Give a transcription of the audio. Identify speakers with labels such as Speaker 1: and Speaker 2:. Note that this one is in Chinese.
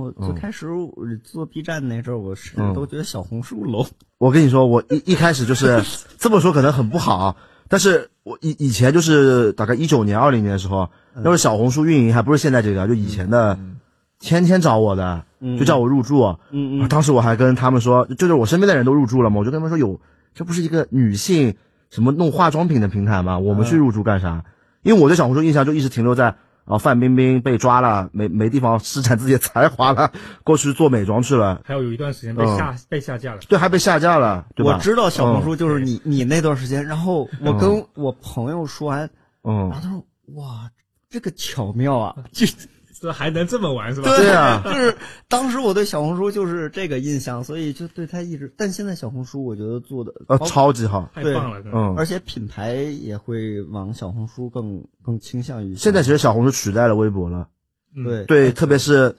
Speaker 1: 嗯
Speaker 2: 最开始我做 B 站那阵儿，我是都觉得小红书 low。
Speaker 1: 我跟你说，我一一开始就是这么说，可能很不好啊，但是我以以前就是大概一九年、二零年的时候，
Speaker 2: 嗯
Speaker 1: 那时候小红书运营还不是现在这个，啊就以前的，天天找我的，就叫我入驻。啊
Speaker 2: 嗯嗯
Speaker 1: 当时我还跟他们说，就是我身边的人都入驻了嘛，我就跟他们说，有这不是一个女性什么弄化妆品的平台吗？我
Speaker 2: 嗯
Speaker 1: 们去入驻干啥？因为我对小红书印象就一直停留在啊，范冰冰被抓了，没没地方施展自己的才华了，过去做美妆去了，
Speaker 3: 还有有一段时间被下被下架了，
Speaker 1: 对，还被下架了，对吧？嗯
Speaker 2: 我知道小红书就是你你那段时间，然后我跟我朋友说完，
Speaker 1: 嗯
Speaker 2: 然后，他说哇，这个巧妙啊，就
Speaker 3: 这还能这么玩是吧？
Speaker 2: 对
Speaker 1: 对啊
Speaker 2: 就是当时我对小红书就是这个印象，所以就对他一直。但现在小红书我觉得做的包
Speaker 1: 呃，
Speaker 2: 括
Speaker 1: 超级好，
Speaker 3: 太棒了，真的
Speaker 1: 嗯。
Speaker 2: 而且品牌也会往小红书更更倾向于
Speaker 1: 现在其实小红书取代了微博了，
Speaker 3: 嗯
Speaker 2: 对
Speaker 1: 对，特别是